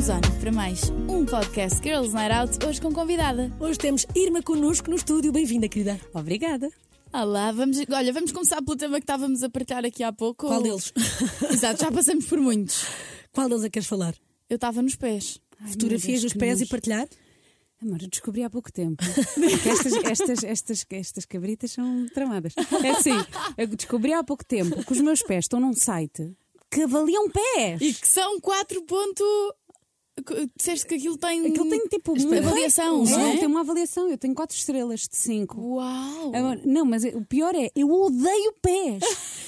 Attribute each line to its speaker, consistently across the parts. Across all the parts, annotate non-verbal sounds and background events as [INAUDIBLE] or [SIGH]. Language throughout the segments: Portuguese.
Speaker 1: Zona para mais um podcast Girls Night Out, hoje com convidada.
Speaker 2: Hoje temos Irma connosco no estúdio. Bem-vinda, querida.
Speaker 3: Obrigada.
Speaker 1: Olá, vamos, olha, vamos começar pelo tema que estávamos a partilhar aqui há pouco.
Speaker 3: Oh.
Speaker 2: Qual deles?
Speaker 1: [LAUGHS]
Speaker 2: [LAUGHS]
Speaker 1: Exato, já passamos por muitos.
Speaker 2: Qual deles é que queres falar?
Speaker 1: Eu estava nos pés.
Speaker 3: Ai,
Speaker 2: Fotografias
Speaker 3: meu Deus,
Speaker 2: dos
Speaker 3: que
Speaker 2: pés e
Speaker 3: nojo.
Speaker 2: partilhar?
Speaker 3: Amor, eu descobri há pouco tempo que estas, estas, estas, estas cabritas são tramadas. É assim, eu descobri há pouco tempo que os meus pés estão num site que avaliam pés.
Speaker 1: E que são 4 ponto... que- Disseste que aquilo tem...
Speaker 3: Aquilo tem tipo uma
Speaker 1: Espera, avaliação, não é?
Speaker 3: Tem uma avaliação. Eu tenho quatro estrelas de cinco.
Speaker 1: Uau!
Speaker 3: Agora, não, mas o pior é, eu odeio pés.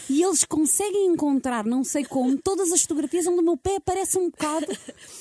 Speaker 3: E eles conseguem encontrar, não sei como, todas as fotografias onde o meu pé aparece um bocado.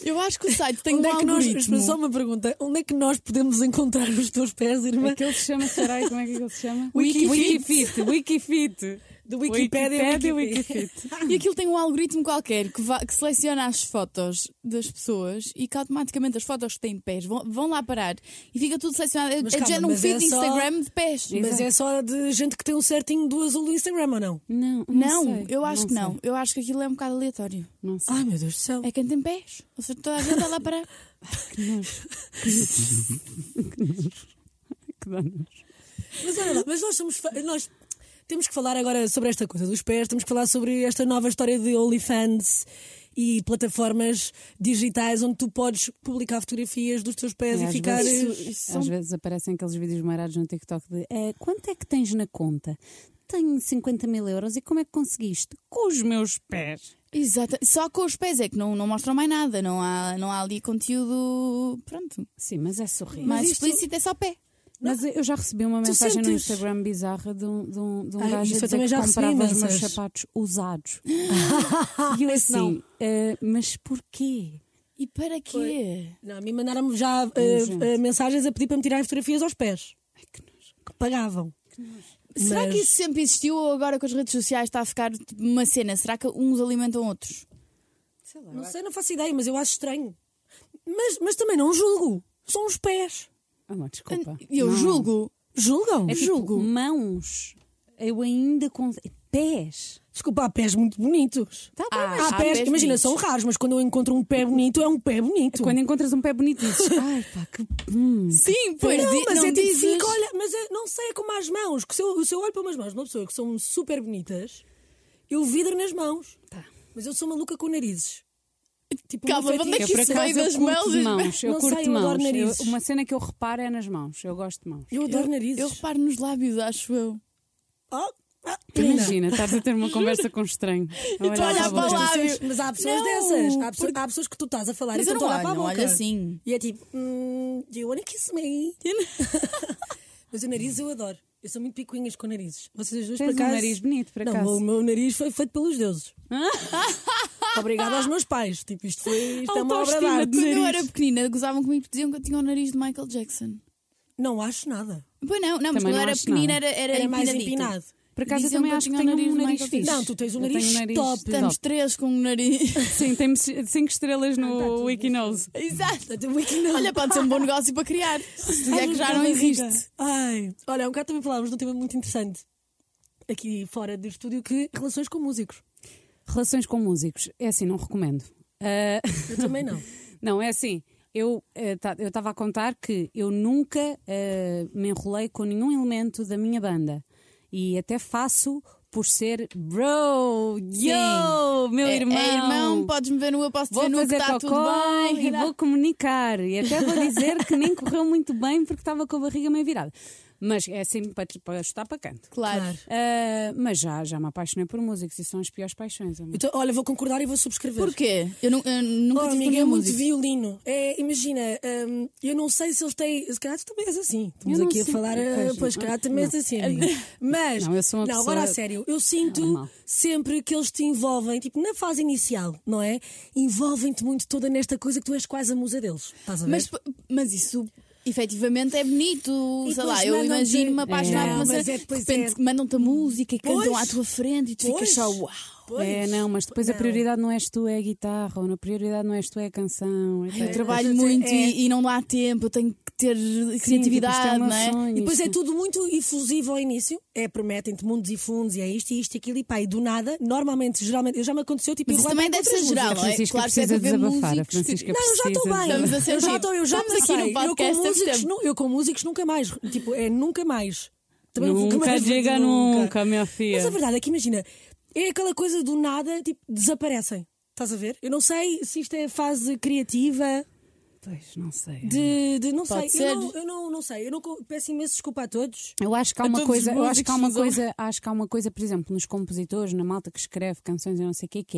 Speaker 1: Eu acho que o site tem
Speaker 2: onde
Speaker 1: um
Speaker 2: é que nós,
Speaker 1: algoritmo.
Speaker 2: só uma pergunta, onde é que nós podemos encontrar os teus pés, irmã?
Speaker 3: Aquele se chama, será? Como é que ele se chama?
Speaker 2: Wikifit.
Speaker 3: Wikifit. Wikifit.
Speaker 2: Do Wikipédia,
Speaker 3: Wikipédia,
Speaker 2: Wikifit.
Speaker 3: Wikifit.
Speaker 1: E aquilo tem um algoritmo qualquer que, va- que seleciona as fotos das pessoas e que automaticamente as fotos que têm pés vão, vão lá parar e fica tudo selecionado. É-
Speaker 2: Mas
Speaker 1: é
Speaker 2: calma,
Speaker 1: já num
Speaker 2: mas
Speaker 1: feed
Speaker 2: é
Speaker 1: de
Speaker 2: só-
Speaker 1: Instagram de pés.
Speaker 2: Mas é só de gente que tem um certinho do azul do Instagram ou não?
Speaker 3: Não,
Speaker 1: é- Não,
Speaker 3: sei,
Speaker 1: eu acho que não.
Speaker 3: sei,
Speaker 1: Eu acho que aquilo é um bocado aleatório.
Speaker 3: Não sei.
Speaker 2: Ai meu Deus do céu.
Speaker 1: É quem tem pés. Ou seja, toda a gente está lá parar.
Speaker 3: que dano.
Speaker 2: Mas olha lá, mas nós somos. fa- Nós temos que falar agora sobre esta coisa dos pés, temos que falar sobre esta nova história de OnlyFans e plataformas digitais onde tu podes publicar fotografias dos teus pés
Speaker 3: É,
Speaker 2: e
Speaker 3: às
Speaker 2: ficar.
Speaker 3: vezes-
Speaker 2: eh,
Speaker 1: Isso são-
Speaker 3: Às vezes aparecem aqueles vídeos marados no TikTok de eh, quanto é que tens na conta? Tenho 50 mil euros e como é que conseguiste? Com os meus pés.
Speaker 1: Exato. Só com os pés é que não, não mostram mais nada. Não há, não há ali conteúdo. Pronto.
Speaker 3: Sim, mas é sorrir.
Speaker 1: Mais
Speaker 2: isto-
Speaker 1: explícito é só pé.
Speaker 3: Mas eu já recebi uma mensagem no
Speaker 2: sentes?
Speaker 3: Instagram bizarra de um, de um, de um
Speaker 2: Ai,
Speaker 3: gajo
Speaker 2: isso eu
Speaker 3: a dizer
Speaker 2: também
Speaker 3: que
Speaker 2: já recebi
Speaker 3: comprava os meus
Speaker 2: imensas.
Speaker 3: sapatos usados. e eu assim,
Speaker 2: não.
Speaker 3: eh, mas porquê?
Speaker 1: E para quê?
Speaker 2: Não, a mim mandaram já eh,
Speaker 3: Nojento.
Speaker 2: eh, mensagens a pedir para me tirarem fotografias aos pés. Que pagavam.
Speaker 1: Será
Speaker 2: Mas-
Speaker 1: que isso sempre existiu ou agora com as redes sociais está a ficar tipo, uma cena? Será que uns alimentam outros?
Speaker 2: Não sei, não faço ideia, mas eu acho estranho. Mas, mas também não julgo. São os pés.
Speaker 3: Amor, desculpa.
Speaker 1: Eu
Speaker 3: Ah, Não.
Speaker 1: julgo.
Speaker 2: Julgam?
Speaker 3: É tipo,
Speaker 2: julgo.
Speaker 3: mãos. Eu ainda com pés.
Speaker 2: Desculpa, há pés muito bonitos.
Speaker 3: Tá bem,
Speaker 1: Ah,
Speaker 3: mas
Speaker 2: Há,
Speaker 1: há
Speaker 2: pés,
Speaker 1: pés
Speaker 2: imagina,
Speaker 1: bonitos.
Speaker 2: são raros, mas quando eu encontro um pé bonito, é um pé bonito.
Speaker 3: Quando encontras um pé bonito, dizes: Ai pá, que. Hum.
Speaker 1: Sim, pois
Speaker 2: não,
Speaker 1: di-
Speaker 2: mas
Speaker 1: não
Speaker 2: é tipo,
Speaker 1: dizes.
Speaker 2: fica, olha, mas é- não sei, é como as mãos. Que se, eu, se eu olho para umas mãos de uma pessoa que são super bonitas, eu vidro nas mãos.
Speaker 3: Tá.
Speaker 2: Mas eu sou maluca com narizes. Tipo,
Speaker 1: Calma,
Speaker 2: um
Speaker 1: vamos
Speaker 2: fetiche.
Speaker 1: É que
Speaker 3: eu, por
Speaker 1: isso
Speaker 3: acaso,
Speaker 1: veio das
Speaker 3: eu curto
Speaker 1: mãos,
Speaker 3: de
Speaker 1: das
Speaker 3: mãos.
Speaker 1: mãos.
Speaker 3: Eu
Speaker 2: Não
Speaker 3: curto
Speaker 2: sei, eu
Speaker 3: mãos.
Speaker 2: adoro narizes.
Speaker 3: Eu- uma cena que eu reparo é nas mãos. Eu gosto de mãos.
Speaker 2: Eu adoro narizes.
Speaker 1: Eu reparo nos lábios, acho eu.
Speaker 2: Oh, ah, Imagina.
Speaker 3: Imagina, estás a ter uma conversa com um estranho.
Speaker 2: Então
Speaker 1: tu a olhar
Speaker 3: para a
Speaker 1: para
Speaker 3: boca.
Speaker 1: lá. lábio.
Speaker 2: Mas há pessoas
Speaker 1: Não,
Speaker 2: dessas. Há, pessoas- há pessoas que tu estás a falar
Speaker 1: Mas
Speaker 2: e
Speaker 1: eu
Speaker 2: tu
Speaker 1: não
Speaker 2: olhar
Speaker 1: olho,
Speaker 2: para a
Speaker 1: não
Speaker 2: boca.
Speaker 1: olho assim.
Speaker 2: E é tipo, hum, do you wanna kiss me? [LAUGHS] Mas o nariz eu adoro. Eu sou muito picuinhas com narizes. Vocês dois,
Speaker 3: Tens
Speaker 2: por acaso...
Speaker 3: um nariz bonito, por acaso.
Speaker 2: Não, o meu nariz foi feito
Speaker 1: [LAUGHS]
Speaker 2: pelos deuses. Obrigada aos meus pais. Tipo, isto foi isto é uma obra de
Speaker 3: Autoestima
Speaker 2: arte.
Speaker 3: de
Speaker 1: Quando eu
Speaker 3: nariz.
Speaker 1: era pequenina, gozavam comigo porque diziam que eu tinha o nariz de Michael Jackson.
Speaker 2: Não acho nada.
Speaker 1: Pois não, não, mas
Speaker 3: Também
Speaker 1: quando
Speaker 3: não
Speaker 1: eu era
Speaker 3: acho
Speaker 1: pequenina
Speaker 3: nada.
Speaker 1: era, era,
Speaker 2: Era mais
Speaker 1: empinadito.
Speaker 2: empinado.
Speaker 3: Por acaso eu
Speaker 1: Diziam
Speaker 3: também
Speaker 1: que eu
Speaker 3: acho que
Speaker 1: tinha o
Speaker 3: tenho
Speaker 1: nariz
Speaker 3: um
Speaker 1: do
Speaker 3: nariz
Speaker 1: Michael
Speaker 3: fixe.
Speaker 1: Jackson.
Speaker 2: Não, tu tens um
Speaker 3: Eu tenho
Speaker 2: nariz top.
Speaker 1: Estamos
Speaker 3: top.
Speaker 1: três com um
Speaker 3: [LAUGHS]
Speaker 1: nariz.
Speaker 3: Sim, tem 5 estrelas no Wikinose.
Speaker 1: Exato.
Speaker 2: Portanto, eu [LAUGHS] aqui não.
Speaker 1: Olha, pode ser um bom negócio para criar. Se é que já não existe.
Speaker 2: Ai. Olha, há um bocado também falávamos de um tema muito interessante aqui fora do estúdio que relações com músicos.
Speaker 3: Relações com músicos. É assim, não recomendo. Ah,
Speaker 2: Eu
Speaker 1: [LAUGHS]
Speaker 2: também não.
Speaker 3: não, é assim. Eu estava a contar que eu nunca ah, me enrolei com nenhum elemento da minha banda. E até faço por ser bro, yo, meu
Speaker 1: É- é
Speaker 3: irmão.
Speaker 1: irmão, podes-me ver nu, eu posso te
Speaker 3: Vou
Speaker 1: ver nu que
Speaker 3: fazer
Speaker 1: está tudo
Speaker 3: cocó
Speaker 1: bem.
Speaker 3: e vou comunicar. E até vou dizer que nem correu muito bem porque estava com a barriga meio virada. Mas é sempre para, para estar para canto.
Speaker 1: Claro.
Speaker 2: Claro.
Speaker 3: Ah, mas já, já me apaixonei por músicos e são as piores paixões. amor.
Speaker 2: Então, olha, vou concordar e vou subscrever.
Speaker 1: Porquê? Eu, nu- eu nunca
Speaker 2: Oh,
Speaker 1: tive com
Speaker 2: amiga, é
Speaker 1: nenhum
Speaker 2: muito
Speaker 1: músico.
Speaker 2: violino. É, imagina, hum, eu não sei se eles têm. Se calhar tu também és assim. Estamos
Speaker 3: Eu não
Speaker 2: aqui a
Speaker 3: sinto-
Speaker 2: falar.
Speaker 3: pois,
Speaker 2: ah, Pois, se calhar também és
Speaker 3: não.
Speaker 1: É.
Speaker 2: assim. amiga. Mas.
Speaker 3: Não, eu sou uma
Speaker 2: não,
Speaker 3: pessoa
Speaker 2: agora a sério. Eu sinto
Speaker 3: normal.
Speaker 2: sempre que eles te envolvem, tipo, na fase inicial, não é? Envolvem-te muito toda nesta coisa que tu és quase a musa deles. Estás a ver?
Speaker 1: Mas, mas isso efetivamente é bonito.
Speaker 2: E
Speaker 1: sei
Speaker 2: depois
Speaker 1: lá, eu
Speaker 2: mandam-te-
Speaker 1: imagino-me apaixonada
Speaker 2: É.
Speaker 1: por uma
Speaker 2: Não,
Speaker 1: cena.
Speaker 2: mas é
Speaker 1: de
Speaker 2: depois
Speaker 1: repente
Speaker 2: é-
Speaker 1: mandam-te a música e cantam
Speaker 2: Pois.
Speaker 1: à tua frente e tu
Speaker 2: Pois.
Speaker 1: ficas só uau.
Speaker 2: depois.
Speaker 3: É, não, mas depois a
Speaker 2: Não.
Speaker 3: prioridade não és tu, é a guitarra, ou a prioridade não és tu, é a canção. etc.
Speaker 1: Eu trabalho
Speaker 2: mas é-
Speaker 1: muito
Speaker 2: é.
Speaker 1: e, e não dá tempo, eu tenho que ter
Speaker 3: tipo, isto é
Speaker 1: criatividade,
Speaker 3: o meu
Speaker 1: não é?
Speaker 3: sonho.
Speaker 2: E depois é
Speaker 3: Isto.
Speaker 2: tudo muito efusivo ao início. É, prometem-te mundos e fundos, e é isto e isto e aquilo, e pá, e do nada, normalmente, geralmente, eu já me aconteceu, tipo,
Speaker 1: Mas
Speaker 2: eu
Speaker 1: isso
Speaker 2: guardo
Speaker 1: também
Speaker 2: com
Speaker 1: deve
Speaker 2: três
Speaker 1: ser geral,
Speaker 2: músicas.
Speaker 1: não é?
Speaker 3: Francisca
Speaker 1: Claro que
Speaker 3: precisa
Speaker 1: deve haver
Speaker 3: desabafar, a
Speaker 1: músicos que-
Speaker 3: Francisca
Speaker 2: Não, eu já estou
Speaker 3: precisa.
Speaker 2: bem.
Speaker 1: Estamos a
Speaker 2: eu
Speaker 1: sentir.
Speaker 2: já estou, eu já
Speaker 1: Estamos aqui
Speaker 2: passei.
Speaker 1: num podcast,
Speaker 2: eu, com
Speaker 1: temos
Speaker 2: músicos,
Speaker 1: tempo.
Speaker 2: nu- eu com músicos nunca mais. Tipo, é nunca mais.
Speaker 3: Nunca
Speaker 2: mais vou
Speaker 3: diga
Speaker 2: dizer
Speaker 3: nunca, minha filha.
Speaker 2: Mas a verdade é que imagina, é aquela coisa do nada, tipo, desaparecem. Estás a ver? Eu não sei se isto é fase criativa
Speaker 3: Pois, não sei.
Speaker 2: de. de- não
Speaker 1: Pode
Speaker 2: sei.
Speaker 1: ser.
Speaker 2: Eu não, eu não, não sei. Eu não, co- peço imenso desculpa a todos.
Speaker 3: Eu acho que há
Speaker 1: A
Speaker 3: uma
Speaker 1: todos
Speaker 3: coisa,
Speaker 1: os
Speaker 3: eu acho que há uma
Speaker 1: músicos que
Speaker 3: coisa, acho que há uma coisa, por exemplo, nos compositores, na malta que escreve canções e não sei o que que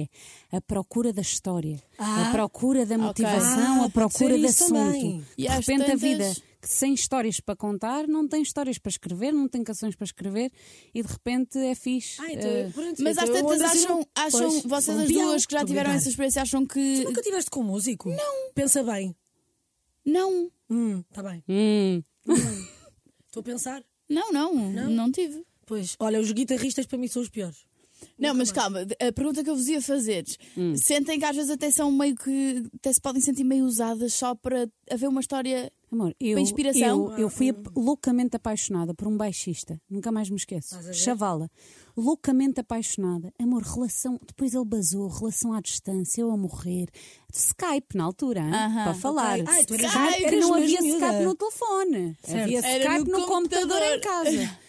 Speaker 3: é a procura da história,
Speaker 2: Ah.
Speaker 3: a procura da motivação,
Speaker 2: Ah,
Speaker 3: a
Speaker 2: pode
Speaker 3: procura
Speaker 2: ser
Speaker 3: de
Speaker 2: isso
Speaker 3: assunto.
Speaker 2: também.
Speaker 1: E
Speaker 3: De
Speaker 1: às
Speaker 3: repente a
Speaker 1: tantas-
Speaker 3: vida que sem histórias para contar, não tem histórias para escrever, não tem canções para escrever e de repente é fixe.
Speaker 2: Ah, então,
Speaker 3: eh,
Speaker 2: pronto,
Speaker 1: Mas
Speaker 2: então
Speaker 1: às
Speaker 2: eu
Speaker 1: tantas
Speaker 2: ando assim,
Speaker 1: acham,
Speaker 2: não-
Speaker 1: acham
Speaker 2: Pois,
Speaker 1: vocês
Speaker 2: um
Speaker 1: as
Speaker 2: pião,
Speaker 1: duas que já
Speaker 2: estou a
Speaker 1: tiveram
Speaker 2: brincar.
Speaker 1: essa experiência, acham que.
Speaker 2: Nunca tiveste com músico? Não. Pensa bem.
Speaker 1: Não,
Speaker 2: Hum, tá bem.
Speaker 3: hum,
Speaker 2: Estou a pensar.
Speaker 1: não, não, não, tive.
Speaker 2: Pois, olha, os guitarristas para mim são os piores.
Speaker 1: Não, mas calma, a pergunta que eu vos ia fazer sentem que às vezes até são meio que até se podem sentir meio usadas só para haver uma história.
Speaker 3: amor, eu,
Speaker 1: Para inspiração.
Speaker 3: eu, eu
Speaker 2: Ah,
Speaker 3: fui ap- loucamente apaixonada por um baixista, nunca mais me esqueço.
Speaker 2: Estás a ver?
Speaker 3: Chavala, loucamente apaixonada. Amor, relação, depois ele basou, relação à distância, eu a morrer. Skype na altura, hein?
Speaker 1: Aham,
Speaker 3: para falar.
Speaker 2: ok. Ai, tu eras-
Speaker 1: Skype,
Speaker 3: Era- não
Speaker 2: eras
Speaker 3: havia
Speaker 2: mesmo
Speaker 3: Skype
Speaker 2: miúda.
Speaker 3: no telefone.
Speaker 2: Certo.
Speaker 3: Havia
Speaker 1: Era
Speaker 3: Skype
Speaker 1: no
Speaker 3: no, computador.
Speaker 1: computador.
Speaker 3: em
Speaker 1: [LAUGHS]
Speaker 3: casa.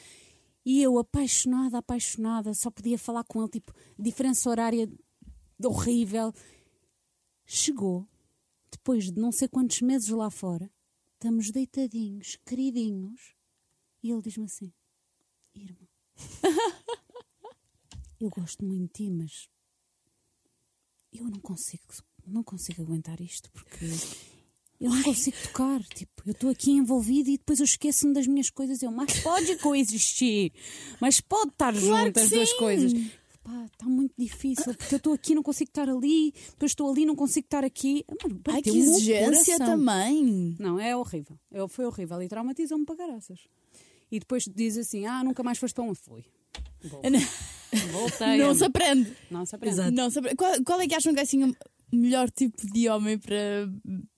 Speaker 3: E eu, apaixonada, apaixonada, só podia falar com ele, tipo, diferença horária horrível. Chegou, depois de não sei quantos meses lá fora, estamos deitadinhos, queridinhos, e ele diz-me assim:
Speaker 1: [LAUGHS]
Speaker 3: Irmã, eu gosto muito de ti, mas eu não consigo, não consigo aguentar isto porque eu não consigo tocar. Tipo, eu estou aqui envolvida e depois eu esqueço-me das minhas coisas. Eu, mas pode coexistir, mas pode estar junto
Speaker 1: que
Speaker 3: as duas
Speaker 1: sim.
Speaker 3: coisas. Pá, está muito difícil porque eu estou aqui, não consigo estar ali, depois estou ali, não consigo estar aqui. Mano,
Speaker 1: Ai, que
Speaker 3: bateu-me o
Speaker 1: exigência
Speaker 3: um coração.
Speaker 1: também.
Speaker 3: Não, é horrível. Eu, foi horrível e traumatizou-me para caraças. E depois diz assim: Ah, nunca mais foste para onde fui. Boa. Voltei.
Speaker 1: Não se aprende.
Speaker 3: Não se aprende.
Speaker 2: Exato.
Speaker 1: Não se aprende. Qual, qual é que acham que é assim o melhor tipo de homem para,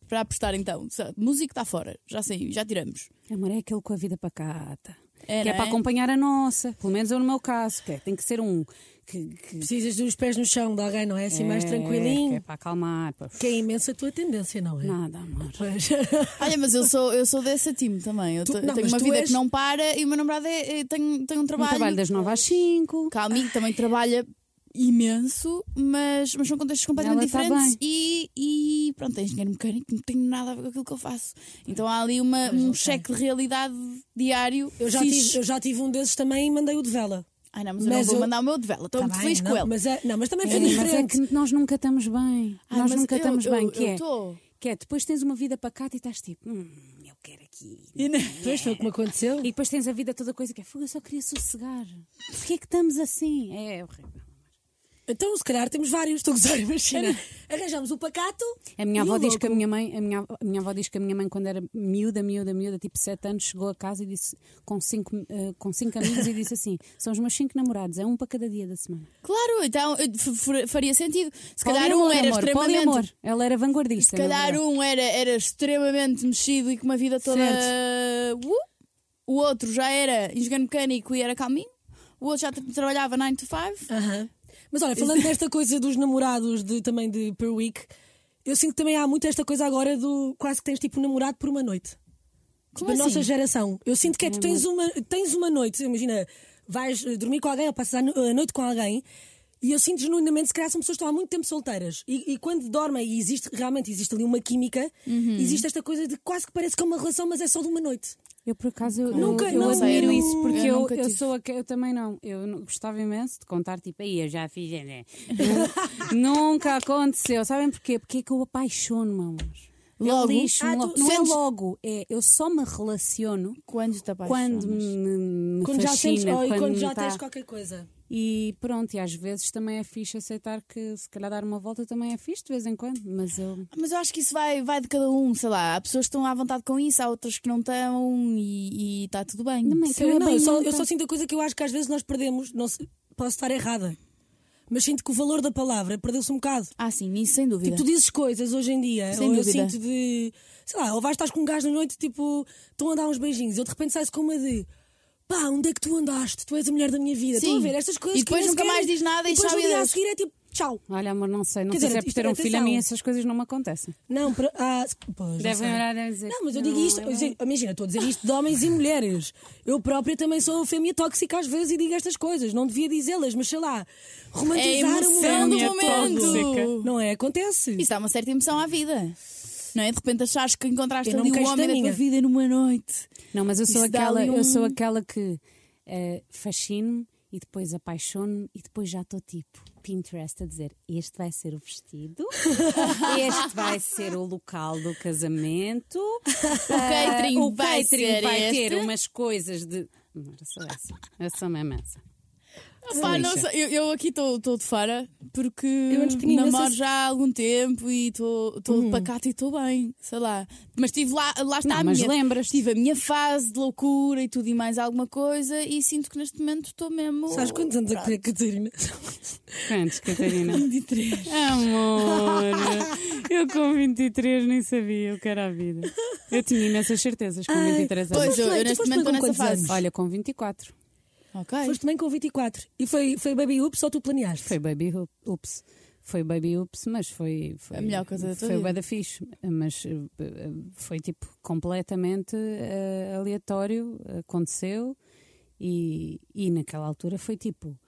Speaker 1: para apostar então? Sabe, Músico está fora, já saiu, já tiramos.
Speaker 3: Amor, é aquele com a vida pacata.
Speaker 1: É,
Speaker 3: que é
Speaker 1: não
Speaker 3: para
Speaker 1: é?
Speaker 3: acompanhar a nossa. Pelo menos é no meu caso. Que é- tem que ser um. Que, que-
Speaker 2: Precisas dos pés no chão de alguém, não é? Assim, mais
Speaker 3: é, Que é
Speaker 2: tranquilinho.
Speaker 3: para acalmar. Para...
Speaker 2: Que é imensa a tua tendência, não é?
Speaker 3: Nada,
Speaker 1: Um
Speaker 3: amor.
Speaker 1: [LAUGHS]
Speaker 2: Pois.
Speaker 1: Olha, mas eu sou, eu sou dessa time também. Eu,
Speaker 2: Tu-
Speaker 1: te- eu
Speaker 2: não,
Speaker 1: tenho
Speaker 2: mas
Speaker 1: uma
Speaker 2: tu
Speaker 1: vida
Speaker 2: és-
Speaker 1: que não para e o meu namorado é, é- tem, tem um
Speaker 3: Um
Speaker 1: trabalho.
Speaker 3: trabalho das 9 às 5.
Speaker 1: Calminho, também trabalha imenso, mas, mas são contextos completamente
Speaker 3: Ela tá
Speaker 1: diferentes.
Speaker 3: bem.
Speaker 1: E, e pronto, é engenheiro mecânico, não tenho nada a ver com aquilo que eu faço. Então há ali uma, um cheque de realidade diário.
Speaker 2: Eu já,
Speaker 1: fixe.
Speaker 2: tive, eu já tive um desses também e mandei o de vela.
Speaker 1: Ai não, mas, eu não
Speaker 2: Mas
Speaker 1: vou
Speaker 2: eu-
Speaker 1: mandar o meu de vela, estou
Speaker 2: Tá
Speaker 1: muito
Speaker 2: bem,
Speaker 1: feliz
Speaker 2: não,
Speaker 1: com ele.
Speaker 2: Mas, é- não, mas também foi
Speaker 3: É, mas é
Speaker 2: diferente.
Speaker 3: que nós nunca estamos bem.
Speaker 1: Ai,
Speaker 3: nós
Speaker 1: mas
Speaker 3: nunca
Speaker 1: eu-
Speaker 3: estamos
Speaker 1: eu-
Speaker 3: bem. que
Speaker 1: eu
Speaker 3: é?
Speaker 1: tô.
Speaker 3: Que é, depois tens uma vida pacata e estás tipo, hum, eu quero aqui.
Speaker 1: E não-
Speaker 2: Pois foi o que me aconteceu.
Speaker 3: E depois tens a vida toda coisa que é, fogo, eu só queria sossegar. Porquê é que estamos assim? É, é horrível.
Speaker 2: Então, se calhar, temos vários. Estou a gozar, imagina. Arranjamos o pacato.
Speaker 3: A
Speaker 2: e
Speaker 3: minha
Speaker 1: é
Speaker 3: avó
Speaker 2: o
Speaker 3: diz que a
Speaker 2: louco.
Speaker 3: minha mãe, a minha, a minha avó diz que a minha mãe, quando era miúda, miúda, miúda, tipo 7 anos, chegou a casa e disse com cinco, eh, com cinco amigos e disse assim: são os meus cinco namorados, é um para cada dia da semana.
Speaker 1: Claro, então eu f- f- faria sentido. Se calhar
Speaker 3: Poliamor,
Speaker 1: um era
Speaker 3: amor,
Speaker 1: extremamente.
Speaker 3: poliamor. Ela era vanguardista.
Speaker 1: Se
Speaker 3: na
Speaker 1: calhar
Speaker 3: verdade.
Speaker 1: um era, era extremamente mexido e com uma vida toda. Uh, o outro já era engenheiro mecânico e era calminho. O outro já tra- trabalhava 9 to 5.
Speaker 2: Aham. Mas olha, falando desta coisa dos namorados de, também de per week, eu sinto que também há muito esta coisa agora do quase que tens tipo um namorado por uma noite.
Speaker 1: Como
Speaker 2: da
Speaker 1: assim?
Speaker 2: nossa geração. Eu sinto que é, tu tens uma, tens uma noite, imagina, vais eh, dormir com alguém ou passas a no- a noite com alguém. E eu sinto genuinamente, se calhar são pessoas que estão há muito tempo solteiras. E, e quando dormem, e existe, realmente existe ali uma química, existe esta coisa de quase que parece que é uma relação, mas é só de uma noite.
Speaker 3: Eu, por acaso, eu,
Speaker 2: Nunca-
Speaker 3: eu, eu
Speaker 2: não-
Speaker 3: admiro isso, porque
Speaker 1: Eu
Speaker 3: eu,
Speaker 1: nunca
Speaker 3: eu,
Speaker 1: tive.
Speaker 3: sou a que eu também não. Eu não- gostava imenso de contar, tipo, aí eu já fiz, né? [LAUGHS] Nu- Nunca aconteceu. Sabem porquê? Porque é que eu apaixono-me, amor.
Speaker 1: Logo?
Speaker 3: Eu lixo
Speaker 2: Ah, tu
Speaker 3: logo. Não
Speaker 1: sentes-
Speaker 3: é logo, é eu só me relaciono
Speaker 1: Quando te apaixonas?
Speaker 3: quando me, me
Speaker 2: Quando já,
Speaker 3: fascina,
Speaker 2: sentes, ou, quando
Speaker 3: quando
Speaker 2: já
Speaker 3: me tá-
Speaker 2: tens qualquer coisa.
Speaker 3: E pronto, e às vezes também é fixe aceitar que se calhar dar uma volta também é fixe de vez em quando, mas eu.
Speaker 1: Mas eu acho que isso vai, vai de cada um, sei lá. Há pessoas que estão à vontade com isso, há outras que não estão e está tudo bem.
Speaker 3: Também, que
Speaker 2: Eu,
Speaker 3: é
Speaker 2: não,
Speaker 3: bem
Speaker 2: eu, só,
Speaker 3: nunca.
Speaker 2: eu só sinto a coisa que eu acho que às vezes nós perdemos. Não se- posso estar errada. Mas sinto que o valor da palavra perdeu-se um bocado.
Speaker 1: Ah, sim, nisso sem
Speaker 2: Tipo,
Speaker 1: dúvida.
Speaker 2: tu dizes coisas hoje em dia,
Speaker 1: Sem
Speaker 2: ou
Speaker 1: dúvida.
Speaker 2: eu sinto de. Sei lá, ou vais estar com um gajo na noite, tipo, estão a dar uns beijinhos, eu de repente saio com uma de. Pá, onde é que tu andaste? Tu és a mulher da minha vida. Estão a
Speaker 1: Sim.
Speaker 2: ver estas coisas
Speaker 1: E depois
Speaker 2: que nem
Speaker 1: nunca
Speaker 2: sequer-
Speaker 1: mais diz nada e
Speaker 2: depois
Speaker 1: tchau
Speaker 2: no
Speaker 1: e
Speaker 2: dia a
Speaker 1: adeus.
Speaker 2: seguir é tipo, tchau.
Speaker 3: Olha, amor, não sei. Não
Speaker 2: Quer dizer,
Speaker 3: sei se é por
Speaker 2: isto-
Speaker 3: ter um filho a mim,
Speaker 2: atenção.
Speaker 3: essas coisas não me acontecem.
Speaker 2: Não, para, ah, pois, não
Speaker 3: Devem
Speaker 2: sei.
Speaker 3: olhar, devem dizer.
Speaker 2: Não, é. mas eu digo isto.
Speaker 3: Não,
Speaker 2: eu sei- imagina, estou a dizer isto de homens e mulheres. Eu própria também sou fêmea tóxica às vezes e digo estas coisas. Não devia dizê-las, mas sei lá.
Speaker 1: É a
Speaker 2: Romantizar o
Speaker 1: emoção do
Speaker 3: é
Speaker 1: momento.
Speaker 3: tóxica.
Speaker 2: Não é? Acontece.
Speaker 1: Isso dá uma certa emoção à vida. Não é? De repente achares que encontraste
Speaker 2: Eu não
Speaker 1: ali o
Speaker 2: queixo
Speaker 1: homem
Speaker 2: da
Speaker 1: da tua
Speaker 2: minha.
Speaker 1: vida numa noite.
Speaker 3: Não, mas eu sou
Speaker 1: Isso dá
Speaker 3: aquela,
Speaker 1: ali um-
Speaker 3: eu sou aquela que eh, fascino-me e depois apaixono-me e depois já estou tipo Pinterest a dizer este vai ser o
Speaker 1: [LAUGHS]
Speaker 3: vestido, este vai ser o local do casamento, eh,
Speaker 1: O catering,
Speaker 3: o
Speaker 1: vai,
Speaker 3: catering
Speaker 1: ser
Speaker 3: vai
Speaker 1: este.
Speaker 3: ter umas coisas de. Não, eu sou essa. Eu sou mesmo essa.
Speaker 1: Ah, Pá, não sei, eu, eu aqui estou de fora porque
Speaker 2: Eu antes tinha Uhum.
Speaker 1: namoro
Speaker 2: imensas-
Speaker 1: já há algum tempo e estou pacata e estou bem, sei lá. Mas tive lá, lá está
Speaker 3: Não,
Speaker 1: a
Speaker 3: Tá, mas
Speaker 1: minha.
Speaker 3: lembras-te.
Speaker 1: Tive a minha fase de loucura e tudo e mais alguma coisa e sinto que neste momento estou mesmo.
Speaker 2: Sabes quantos anos é que tem a Catarina?
Speaker 3: Quantos, Catarina?
Speaker 1: [LAUGHS]
Speaker 3: 23. Amor, eu com 23 nem sabia o que era a vida. Eu tinha imensas certezas com 23 anos.
Speaker 1: Pois, eu, eu
Speaker 2: Tu
Speaker 1: neste
Speaker 2: foste
Speaker 1: momento estou
Speaker 2: com
Speaker 1: nessa
Speaker 2: quantos
Speaker 1: fase.
Speaker 3: Olha, com 24.
Speaker 1: Ok.
Speaker 2: Foste também com 24. E foi, foi Baby Oops ou tu planeaste?
Speaker 3: Foi Baby Hoop- Oops. Foi Baby Oops, mas foi. foi
Speaker 1: A melhor coisa da tua
Speaker 3: Foi
Speaker 1: vida.
Speaker 3: bué da fixe, mas eh, eh, foi tipo completamente eh, aleatório, aconteceu e, e naquela altura foi tipo.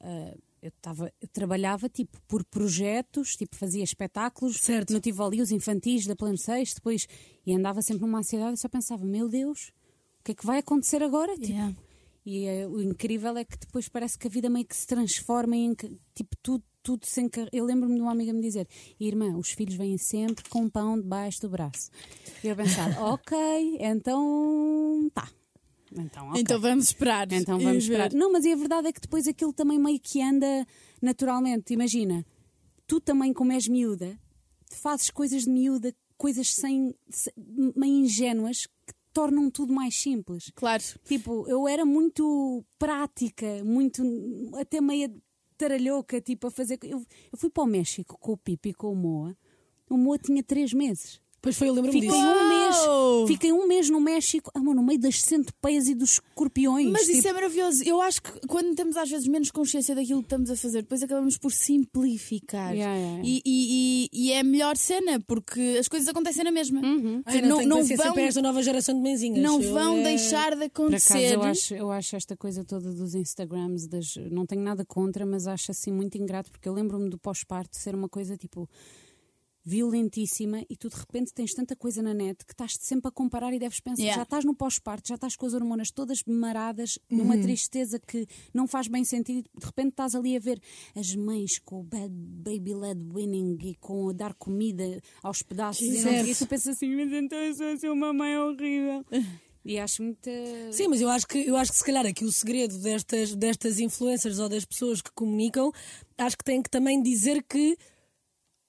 Speaker 3: eh, eu, tava, eu trabalhava tipo por projetos, tipo fazia espetáculos
Speaker 2: Certo.
Speaker 3: no Tivoli, os infantis da Plano 6, depois e andava sempre numa ansiedade e só pensava: meu Deus, o que é que vai acontecer agora? Tipo,
Speaker 1: Yeah.
Speaker 3: e eh, o incrível é que depois parece que a vida meio que se transforma em que, tipo tudo, tudo sem car... Eu lembro-me de uma amiga me dizer: Irmã, os filhos vêm sempre com um pão debaixo do braço. E eu pensava:
Speaker 1: [LAUGHS]
Speaker 3: Ok, então tá. Então, ok.
Speaker 1: Então vamos esperar.
Speaker 3: Então
Speaker 1: e
Speaker 3: vamos
Speaker 1: ver.
Speaker 3: esperar. Não, mas e a verdade é que depois aquilo também meio que anda naturalmente. Imagina, tu também, como és miúda, fazes coisas de miúda, coisas sem, se- meio ingênuas que tornam tudo mais simples.
Speaker 1: Claro.
Speaker 3: Tipo, eu era muito prática, muito até meia taralhoca, tipo, a fazer. Eu, eu fui para o México com o Pipi e com o Moa. O Moa tinha três meses.
Speaker 2: Pois foi, eu lembro-me
Speaker 3: Fiquei
Speaker 2: disso.
Speaker 3: um
Speaker 1: Uau!
Speaker 3: mês. Fiquei um mês no México, amor, no meio das centopeias e dos escorpiões.
Speaker 1: Mas
Speaker 3: tipo,
Speaker 1: isso é maravilhoso. Eu acho que quando temos às vezes menos consciência daquilo que estamos a fazer, depois acabamos por simplificar.
Speaker 3: Yeah, yeah, yeah.
Speaker 1: E, e- e- e é a melhor cena, porque as coisas acontecem na mesma.
Speaker 2: Uhum. Ai,
Speaker 1: Que
Speaker 2: não,
Speaker 1: não,
Speaker 2: tenho
Speaker 1: não
Speaker 2: paciência
Speaker 1: vão,
Speaker 2: para esta nova geração de menzinhas.
Speaker 1: não
Speaker 2: Eu,
Speaker 1: vão
Speaker 2: eh,
Speaker 1: deixar de
Speaker 3: Por acaso,
Speaker 1: acontecer.
Speaker 3: eu acho, eu acho esta coisa toda dos Instagrams, das, não tenho nada contra, mas acho assim muito ingrato, porque eu lembro-me do pós-parto ser uma coisa tipo violentíssima e tu de repente tens tanta coisa na net que estás sempre a comparar e deves pensar,
Speaker 1: Yeah. Uhum.
Speaker 3: já estás no pós-parto, já estás com as hormonas todas maradas, numa tristeza que não faz bem sentido, de repente estás ali a ver as mães com o bad baby led winning e com o dar comida aos pedaços e, não,
Speaker 2: Certo.
Speaker 3: e tu pensas assim, mas então eu sou assim uma mãe
Speaker 1: [LAUGHS]
Speaker 3: horrível. E acho muito.
Speaker 2: Sim, mas eu acho que, eu acho que se calhar aqui o segredo destas, destas influencers ou das pessoas que comunicam, acho que tem que também dizer que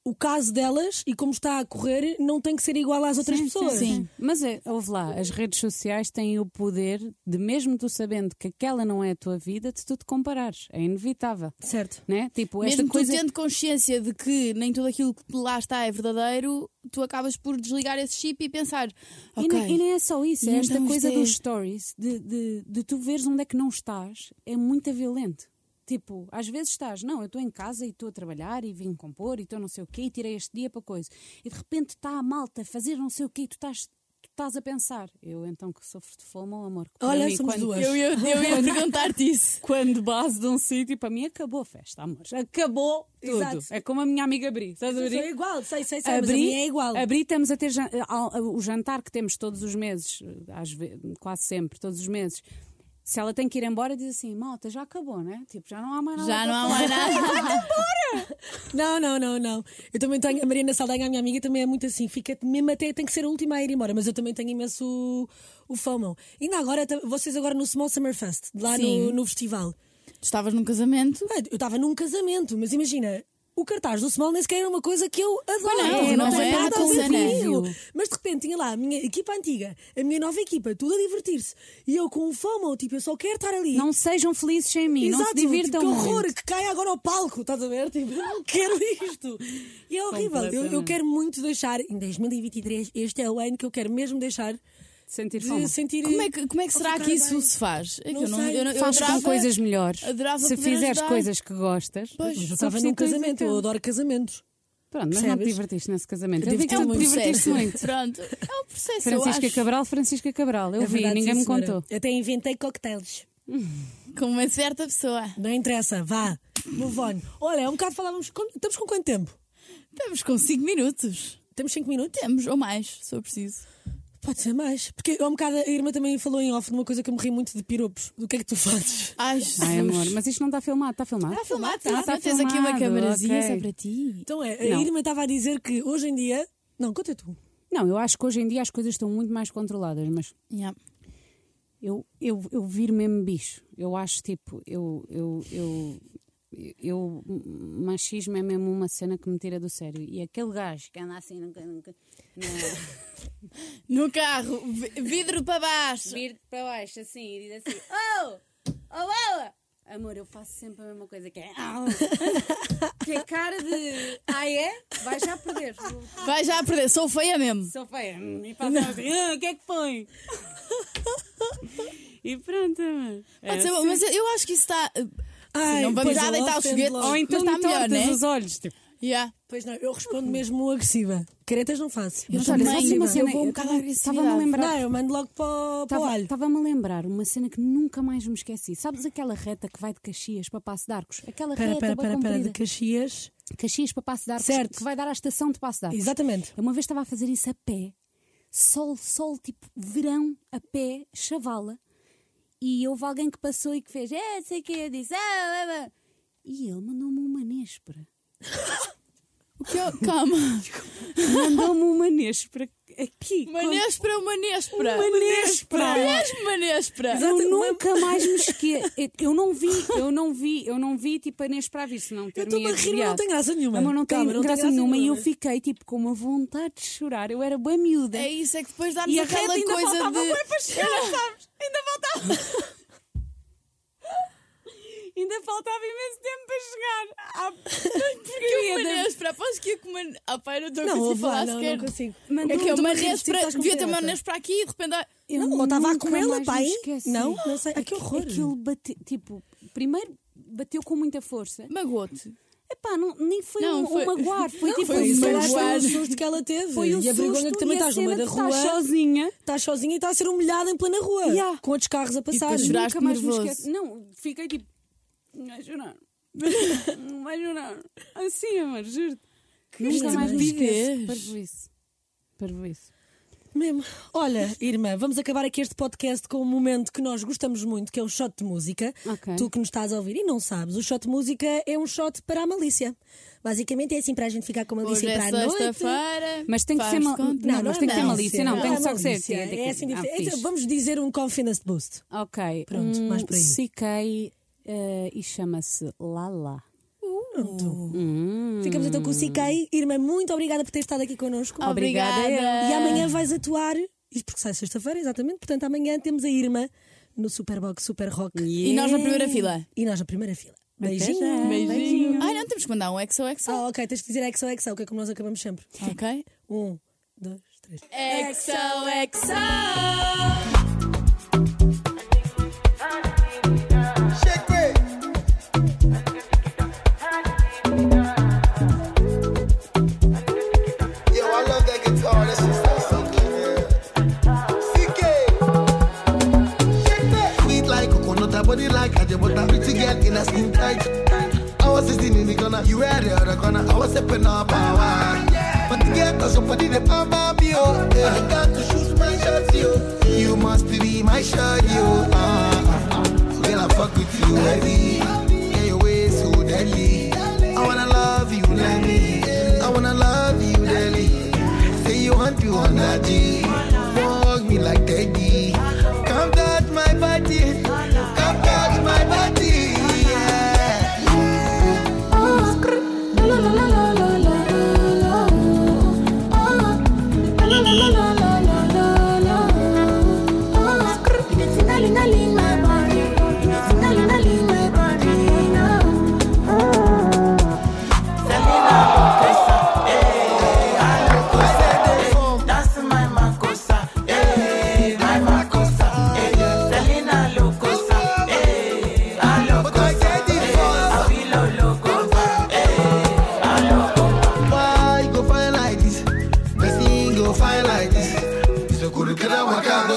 Speaker 2: o caso delas e como está a correr não tem que ser igual às outras pessoas.
Speaker 3: Sim. Mas é, ouve lá, as redes sociais têm o poder de, mesmo tu sabendo que aquela não é a tua vida, de tu te comparares. É inevitável.
Speaker 2: Certo.
Speaker 3: Né? Tipo,
Speaker 1: Mesmo
Speaker 3: esta coisa.
Speaker 1: tu tendo consciência de que nem tudo aquilo que lá está é verdadeiro, tu acabas por desligar esse chip e pensar:
Speaker 3: E,
Speaker 1: ok,
Speaker 3: nem, e nem é só isso,
Speaker 1: E
Speaker 3: é esta
Speaker 1: então
Speaker 3: coisa
Speaker 1: isto é-
Speaker 3: dos stories, de, de, de tu veres onde é que não estás, é muito violento. Tipo, às vezes estás, não, eu estou em casa e estou a trabalhar e vim compor e estou não sei o quê e tirei este dia para coisa. E de repente está a malta a fazer não sei o quê e tu estás, tu estás a pensar. Eu então que sofro de fome ou amor. que para
Speaker 2: Olha,
Speaker 3: mim,
Speaker 2: somos
Speaker 3: quando-
Speaker 2: duas.
Speaker 1: eu ia, eu ia
Speaker 3: [LAUGHS]
Speaker 1: perguntar-te isso.
Speaker 3: quando base de um sítio, para mim acabou a festa, amor. Acabou tudo.
Speaker 2: Exato.
Speaker 3: É como a minha amiga Bri. Estás a
Speaker 2: Eu
Speaker 3: ver?
Speaker 2: sou igual, sei, sei, sei, mas a minha é igual.
Speaker 3: Abri, estamos a ter jan- eh, ao- ao- o jantar que temos todos os meses, eh, às ve- quase sempre, todos os meses. Se ela tem que ir embora, diz assim: malta, já acabou, né? Tipo, já não há mais nada.
Speaker 1: Já
Speaker 3: para
Speaker 1: não há
Speaker 3: fazer."
Speaker 1: mais nada.
Speaker 2: Não, não, não, não. Eu também tenho. A Mariana Saldanha, a minha amiga, também é muito assim. Fica mesmo até. Tem que ser a última a ir embora. Mas eu também tenho imenso o, o FOMO. Ainda agora, ta- vocês agora no Small Summer Fest, lá
Speaker 1: Sim.
Speaker 2: no, no festival.
Speaker 1: Estavas num casamento.
Speaker 2: Ah, Eu estava num casamento, mas imagina. o cartaz do Small nem sequer era uma coisa que eu adoro.
Speaker 1: não,
Speaker 2: não,
Speaker 1: não
Speaker 2: tem
Speaker 1: era
Speaker 2: nada a
Speaker 1: com
Speaker 2: ver
Speaker 1: Zanésio.
Speaker 2: comigo. Mas de repente tinha lá a minha equipa antiga, a minha nova equipa, tudo a divertir-se. E eu com fome, tipo, eu só quero estar ali.
Speaker 3: Não sejam felizes sem mim,
Speaker 2: Exato,
Speaker 3: não se divirtam
Speaker 2: tipo, que
Speaker 3: muito.
Speaker 2: horror que caia agora ao palco, estás a ver? Tipo, eu não quero isto. E é horrível. Eu, eu
Speaker 3: Completamente.
Speaker 2: quero muito deixar, em 2023, este é o ano que eu quero mesmo deixar
Speaker 3: Sentir fome.
Speaker 2: de sentir.
Speaker 1: Como é que, como é que
Speaker 2: Ou
Speaker 1: será
Speaker 2: ficar
Speaker 1: que isso
Speaker 2: bem.
Speaker 1: se faz? É que
Speaker 2: Não
Speaker 1: eu não,
Speaker 2: sei.
Speaker 1: eu não- eu
Speaker 3: Faz com
Speaker 1: adorava-
Speaker 3: coisas melhores.
Speaker 1: adorava
Speaker 3: Se
Speaker 1: poder
Speaker 3: fizeres
Speaker 1: ajudar.
Speaker 3: coisas que gostas, Tipo,
Speaker 1: Pois,
Speaker 2: Mas eu estava num
Speaker 3: substituis
Speaker 2: casamento,
Speaker 3: aquilo.
Speaker 2: eu adoro casamentos.
Speaker 3: então. Pronto, mas não te
Speaker 2: Percebes?
Speaker 3: divertiste nesse casamento.
Speaker 2: Eu
Speaker 3: Eu vi que
Speaker 1: É
Speaker 2: diverti-me
Speaker 3: tu
Speaker 1: um
Speaker 3: te divertiste
Speaker 1: processo.
Speaker 3: [LAUGHS]
Speaker 1: [LAUGHS]
Speaker 3: muito.
Speaker 1: Pronto, é um processo. eu
Speaker 3: Francisca
Speaker 1: acho.
Speaker 3: Cabral, Francisca Cabral. Eu
Speaker 2: É
Speaker 3: vi,
Speaker 2: verdade,
Speaker 3: ninguém
Speaker 2: sim,
Speaker 3: me
Speaker 2: senhora.
Speaker 3: contou.
Speaker 2: Eu até inventei coquetéis.
Speaker 1: Com uma certa pessoa.
Speaker 2: Não interessa, vá. Move on. Olha, é um bocado falávamos. com- Estamos com quanto tempo?
Speaker 1: Estamos com 5 minutos.
Speaker 2: Temos 5 minutos?
Speaker 1: Temos, ou mais, se eu preciso.
Speaker 2: Pode ser mais. Porque há um bocado a irmã também falou em off de uma coisa que eu me ri muito de piropos. Do que é que tu [LAUGHS] fazes?
Speaker 1: Ai, Jesus.
Speaker 3: Ai, amor, mas isto não está filmado, está filmado?
Speaker 1: Está filmado,
Speaker 3: Ah,
Speaker 1: tá,
Speaker 3: está
Speaker 1: tens aqui uma
Speaker 3: filmado,
Speaker 1: camerazinha
Speaker 3: ok.
Speaker 1: só para ti.
Speaker 2: Então é, a
Speaker 3: Não.
Speaker 2: irmã estava a dizer que hoje em dia. Não, conta tu.
Speaker 3: Não, eu acho que hoje em dia as coisas estão muito mais controladas, mas
Speaker 1: Yeah.
Speaker 3: eu, eu, eu viro mesmo bicho. Eu acho tipo, eu, eu, eu, eu- Machismo é mesmo uma cena que me tira do sério. E aquele gajo que anda assim, nunca, nunca. na-
Speaker 1: No carro, vi- vidro para baixo.
Speaker 3: vir para baixo assim e diz assim: Oh! Oh, boa! Amor, eu faço sempre a mesma coisa que é. "Au." [LAUGHS] que é cara de. Ah, é? Vai já perder.
Speaker 1: Vai já a perder, sou feia mesmo.
Speaker 3: Sou feia. E
Speaker 2: [LAUGHS]
Speaker 3: faço assim: "Ah, O que é que foi? e pronto, amor.
Speaker 1: Pode ser bom, mas é eu- eu acho que isso tá, está.
Speaker 2: Ai,
Speaker 1: não vamos
Speaker 2: pois
Speaker 1: já
Speaker 2: ela
Speaker 1: deitar os
Speaker 2: ofende
Speaker 1: foguetes.
Speaker 2: logo.
Speaker 3: Ou então
Speaker 1: Não
Speaker 3: me
Speaker 1: está melhor,
Speaker 3: tortas
Speaker 1: né?
Speaker 3: os olhos. Tipo.
Speaker 1: Yeah.
Speaker 2: Pois não, eu respondo mesmo agressiva. Caretas não faço.
Speaker 1: Eu
Speaker 3: Mas
Speaker 1: também,
Speaker 3: olha, sabes
Speaker 2: assim.
Speaker 3: uma
Speaker 1: eu
Speaker 3: cena?
Speaker 1: vou um
Speaker 3: Eu
Speaker 1: bocado
Speaker 3: tava-
Speaker 1: à agressividade.
Speaker 3: Estava-me a lembrar.
Speaker 2: Não, né? eu mando logo para,
Speaker 1: Tá
Speaker 2: para o alho.
Speaker 3: Estava-me a lembrar uma cena que nunca mais me esqueci. Sabes aquela reta que vai de Caxias para Passo de Arcos?
Speaker 1: tá
Speaker 3: Aquela
Speaker 2: Espera,
Speaker 3: reta
Speaker 2: espera,
Speaker 3: bué
Speaker 2: espera, espera, de
Speaker 3: comprida.
Speaker 2: Caxias.
Speaker 3: Caxias para Passo de Arcos,
Speaker 2: Certo.
Speaker 3: que vai dar à estação de Passo de
Speaker 1: Tá
Speaker 3: Arcos.
Speaker 2: Exatamente.
Speaker 3: Eu uma vez estava a fazer isso a pé, sol, sol, tipo verão, a pé, chavala, e houve alguém que passou e que fez, é, sei que, eu disse, ah, é, é." e ele mandou-me uma néspera.
Speaker 1: O que é- Calma.
Speaker 3: Mandou-me uma néspera aqui.
Speaker 1: Uma
Speaker 3: com-
Speaker 1: néspera, é uma néspera.
Speaker 3: Uma néspera.
Speaker 1: Mesmo uma néspera.
Speaker 3: Eu nunca mais me esqueço.
Speaker 2: [LAUGHS]
Speaker 3: Eu não vi, eu não vi, eu não vi tipo a Néspera a vir, senão
Speaker 2: Eu
Speaker 3: ter
Speaker 2: estou-me a rir, mas não tem graça nenhuma.
Speaker 3: Amor, não tem
Speaker 2: Calma, não tem
Speaker 3: graça,
Speaker 2: graça
Speaker 3: nenhuma. E eu
Speaker 2: nenhuma.
Speaker 3: fiquei tipo com uma vontade de chorar. Eu era bem miúda.
Speaker 1: É isso, é que depois dá-nos
Speaker 3: E a
Speaker 1: aquela
Speaker 3: reta ainda
Speaker 1: coisa
Speaker 3: faltava
Speaker 1: de.
Speaker 3: agora
Speaker 2: [LAUGHS]
Speaker 3: para chegar, sabes? Ainda faltava. [LAUGHS] ainda faltava imenso tempo para chegar. Ah, [LAUGHS] porque
Speaker 1: que
Speaker 3: eu
Speaker 1: uma
Speaker 3: ia dar-
Speaker 1: néspera. Aposto que ia com uma. Ah, pá, eu não estou a
Speaker 2: Não,
Speaker 1: conseguir
Speaker 2: ouve lá,
Speaker 1: falar
Speaker 2: não,
Speaker 1: sequer.
Speaker 2: não consigo.
Speaker 1: É que é
Speaker 3: Mandou-me
Speaker 1: uma
Speaker 2: uma revista,
Speaker 1: néspera.
Speaker 2: estás com
Speaker 1: Devia ter uma
Speaker 2: graça.
Speaker 1: néspera aqui e de repente. ah,
Speaker 3: Eu
Speaker 2: Não, ou estava a
Speaker 3: nunca
Speaker 2: comê-la,
Speaker 3: mais me
Speaker 2: pá, hein?
Speaker 3: esqueci.
Speaker 2: Não, não sei. Ah, que horror.
Speaker 3: Aquilo bateu, tipo, primeiro bateu com muita força.
Speaker 1: Magoou-te.
Speaker 3: Epá, não, nem foi
Speaker 1: Não,
Speaker 3: um,
Speaker 1: foi-
Speaker 3: um magoar, [LAUGHS] foi tipo
Speaker 2: Foi
Speaker 3: um
Speaker 2: isso,
Speaker 1: foi
Speaker 2: foi
Speaker 3: susto.
Speaker 1: magoar.
Speaker 2: o susto que ela teve.
Speaker 3: Foi um
Speaker 2: e a vergonha
Speaker 3: susto
Speaker 2: que também
Speaker 3: e a
Speaker 2: estás no meio da
Speaker 3: cena de
Speaker 2: rua.
Speaker 3: estar sozinha.
Speaker 2: Estás sozinha e está a ser humilhada em plena rua.
Speaker 3: Yeah.
Speaker 2: Com outros carros a passar.
Speaker 1: depois chorar. Choraste
Speaker 3: Nunca mais me
Speaker 1: nervoso.
Speaker 3: esqueço. Não, fiquei tipo, não vai chorar. Não vai chorar. Assim, amor, juro.
Speaker 2: Que
Speaker 3: Nunca mais me
Speaker 1: estupidez.
Speaker 3: esqueço. tipo Parvoíce. Parvoíce.
Speaker 2: Mesmo. Olha, irmã, vamos acabar aqui este podcast com um momento que nós gostamos muito, que é o shot de música.
Speaker 3: Ok.
Speaker 2: Tu que nos estás a ouvir e não sabes, o shot de música é um shot para a malícia. Basicamente é assim para a gente ficar com malícia
Speaker 1: Hoje
Speaker 2: para
Speaker 1: é
Speaker 2: a noite.
Speaker 1: sexta-feira.
Speaker 3: Mas tem que
Speaker 1: faz
Speaker 3: ser mal-
Speaker 1: conta-
Speaker 3: não, mas tem que ser malícia, não, tem que
Speaker 2: é
Speaker 3: só que ser-
Speaker 2: malícia,
Speaker 3: tem que-
Speaker 2: É assim
Speaker 3: ah,
Speaker 2: diferente.
Speaker 3: fixe.
Speaker 2: Então, vamos dizer um confidence boost.
Speaker 3: Ok.
Speaker 2: Pronto,
Speaker 3: um
Speaker 2: mais por aí.
Speaker 3: CK eh, e chama-se Lala. Hum.
Speaker 2: Ficamos então com o CK. Irmã, muito obrigada por ter estado aqui connosco.
Speaker 3: Obrigada.
Speaker 1: Obrigada.
Speaker 2: E amanhã vais atuar, isto porque sai sexta-feira, exatamente. Portanto, amanhã temos a Irma no Superbox Super Rock.
Speaker 1: E nós na primeira fila.
Speaker 2: E nós na primeira fila.
Speaker 3: já.
Speaker 2: Beijinho.
Speaker 1: Beijinho. Ai, não temos que mandar um XOXO.
Speaker 2: Ah, ok, tens que dizer XOXO, que é como nós acabamos sempre.
Speaker 1: Ok?
Speaker 2: Um, dois, três.
Speaker 1: XOXO!
Speaker 4: Shake it. Yo, I love that guitar. That shit sounds so good, man. CK. Shake that. Sweet like coconut, her body like Aja butter. Pretty girl in a skin tight. I was sitting in the corner, you were the other corner. I was stepping up power. But the girl touch your body, the pam pam yo. I got to shoot my shot, yo. You must be my shot, yo. Ah, ah, ah. Girl, I fuck with you heavy. Yeah, your ways so deadly. I wanna love you, let me. I wanna love you, deadly. Say you want to honor G. Hug me like Teddy. Come touch my body. Come touch my body. Yeah.
Speaker 5: Ah, crrr, la, la, la,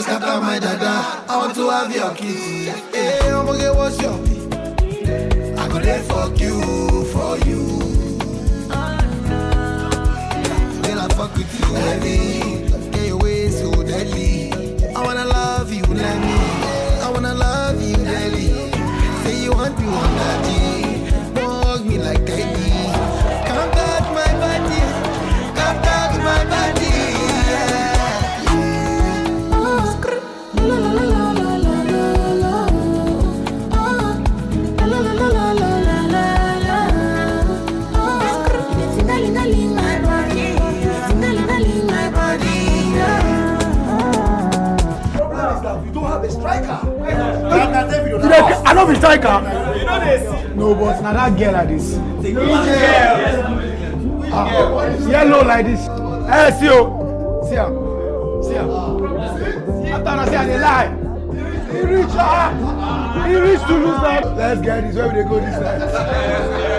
Speaker 4: scatter my dada. I want to have your kids. Hey, I'm gonna get what's your pee. I go there fuck you, for you. Then I fuck with you heavy. Get your way so deadly. I wanna love you, let me. I wanna love you, deadly. Say you want me, want daddy. Don't hug me like daddy. Come back my body. Come back my body. Yeah.
Speaker 5: Problem is that we don't have a striker.
Speaker 6: You dey ca- I no be striker. No, but na that girl like this. Ah, Yellow like this. Eh, see o. See am. See am. After na say I dey lie. He reach ah. He reach to lose now. Let's get this. Where we dey go this time?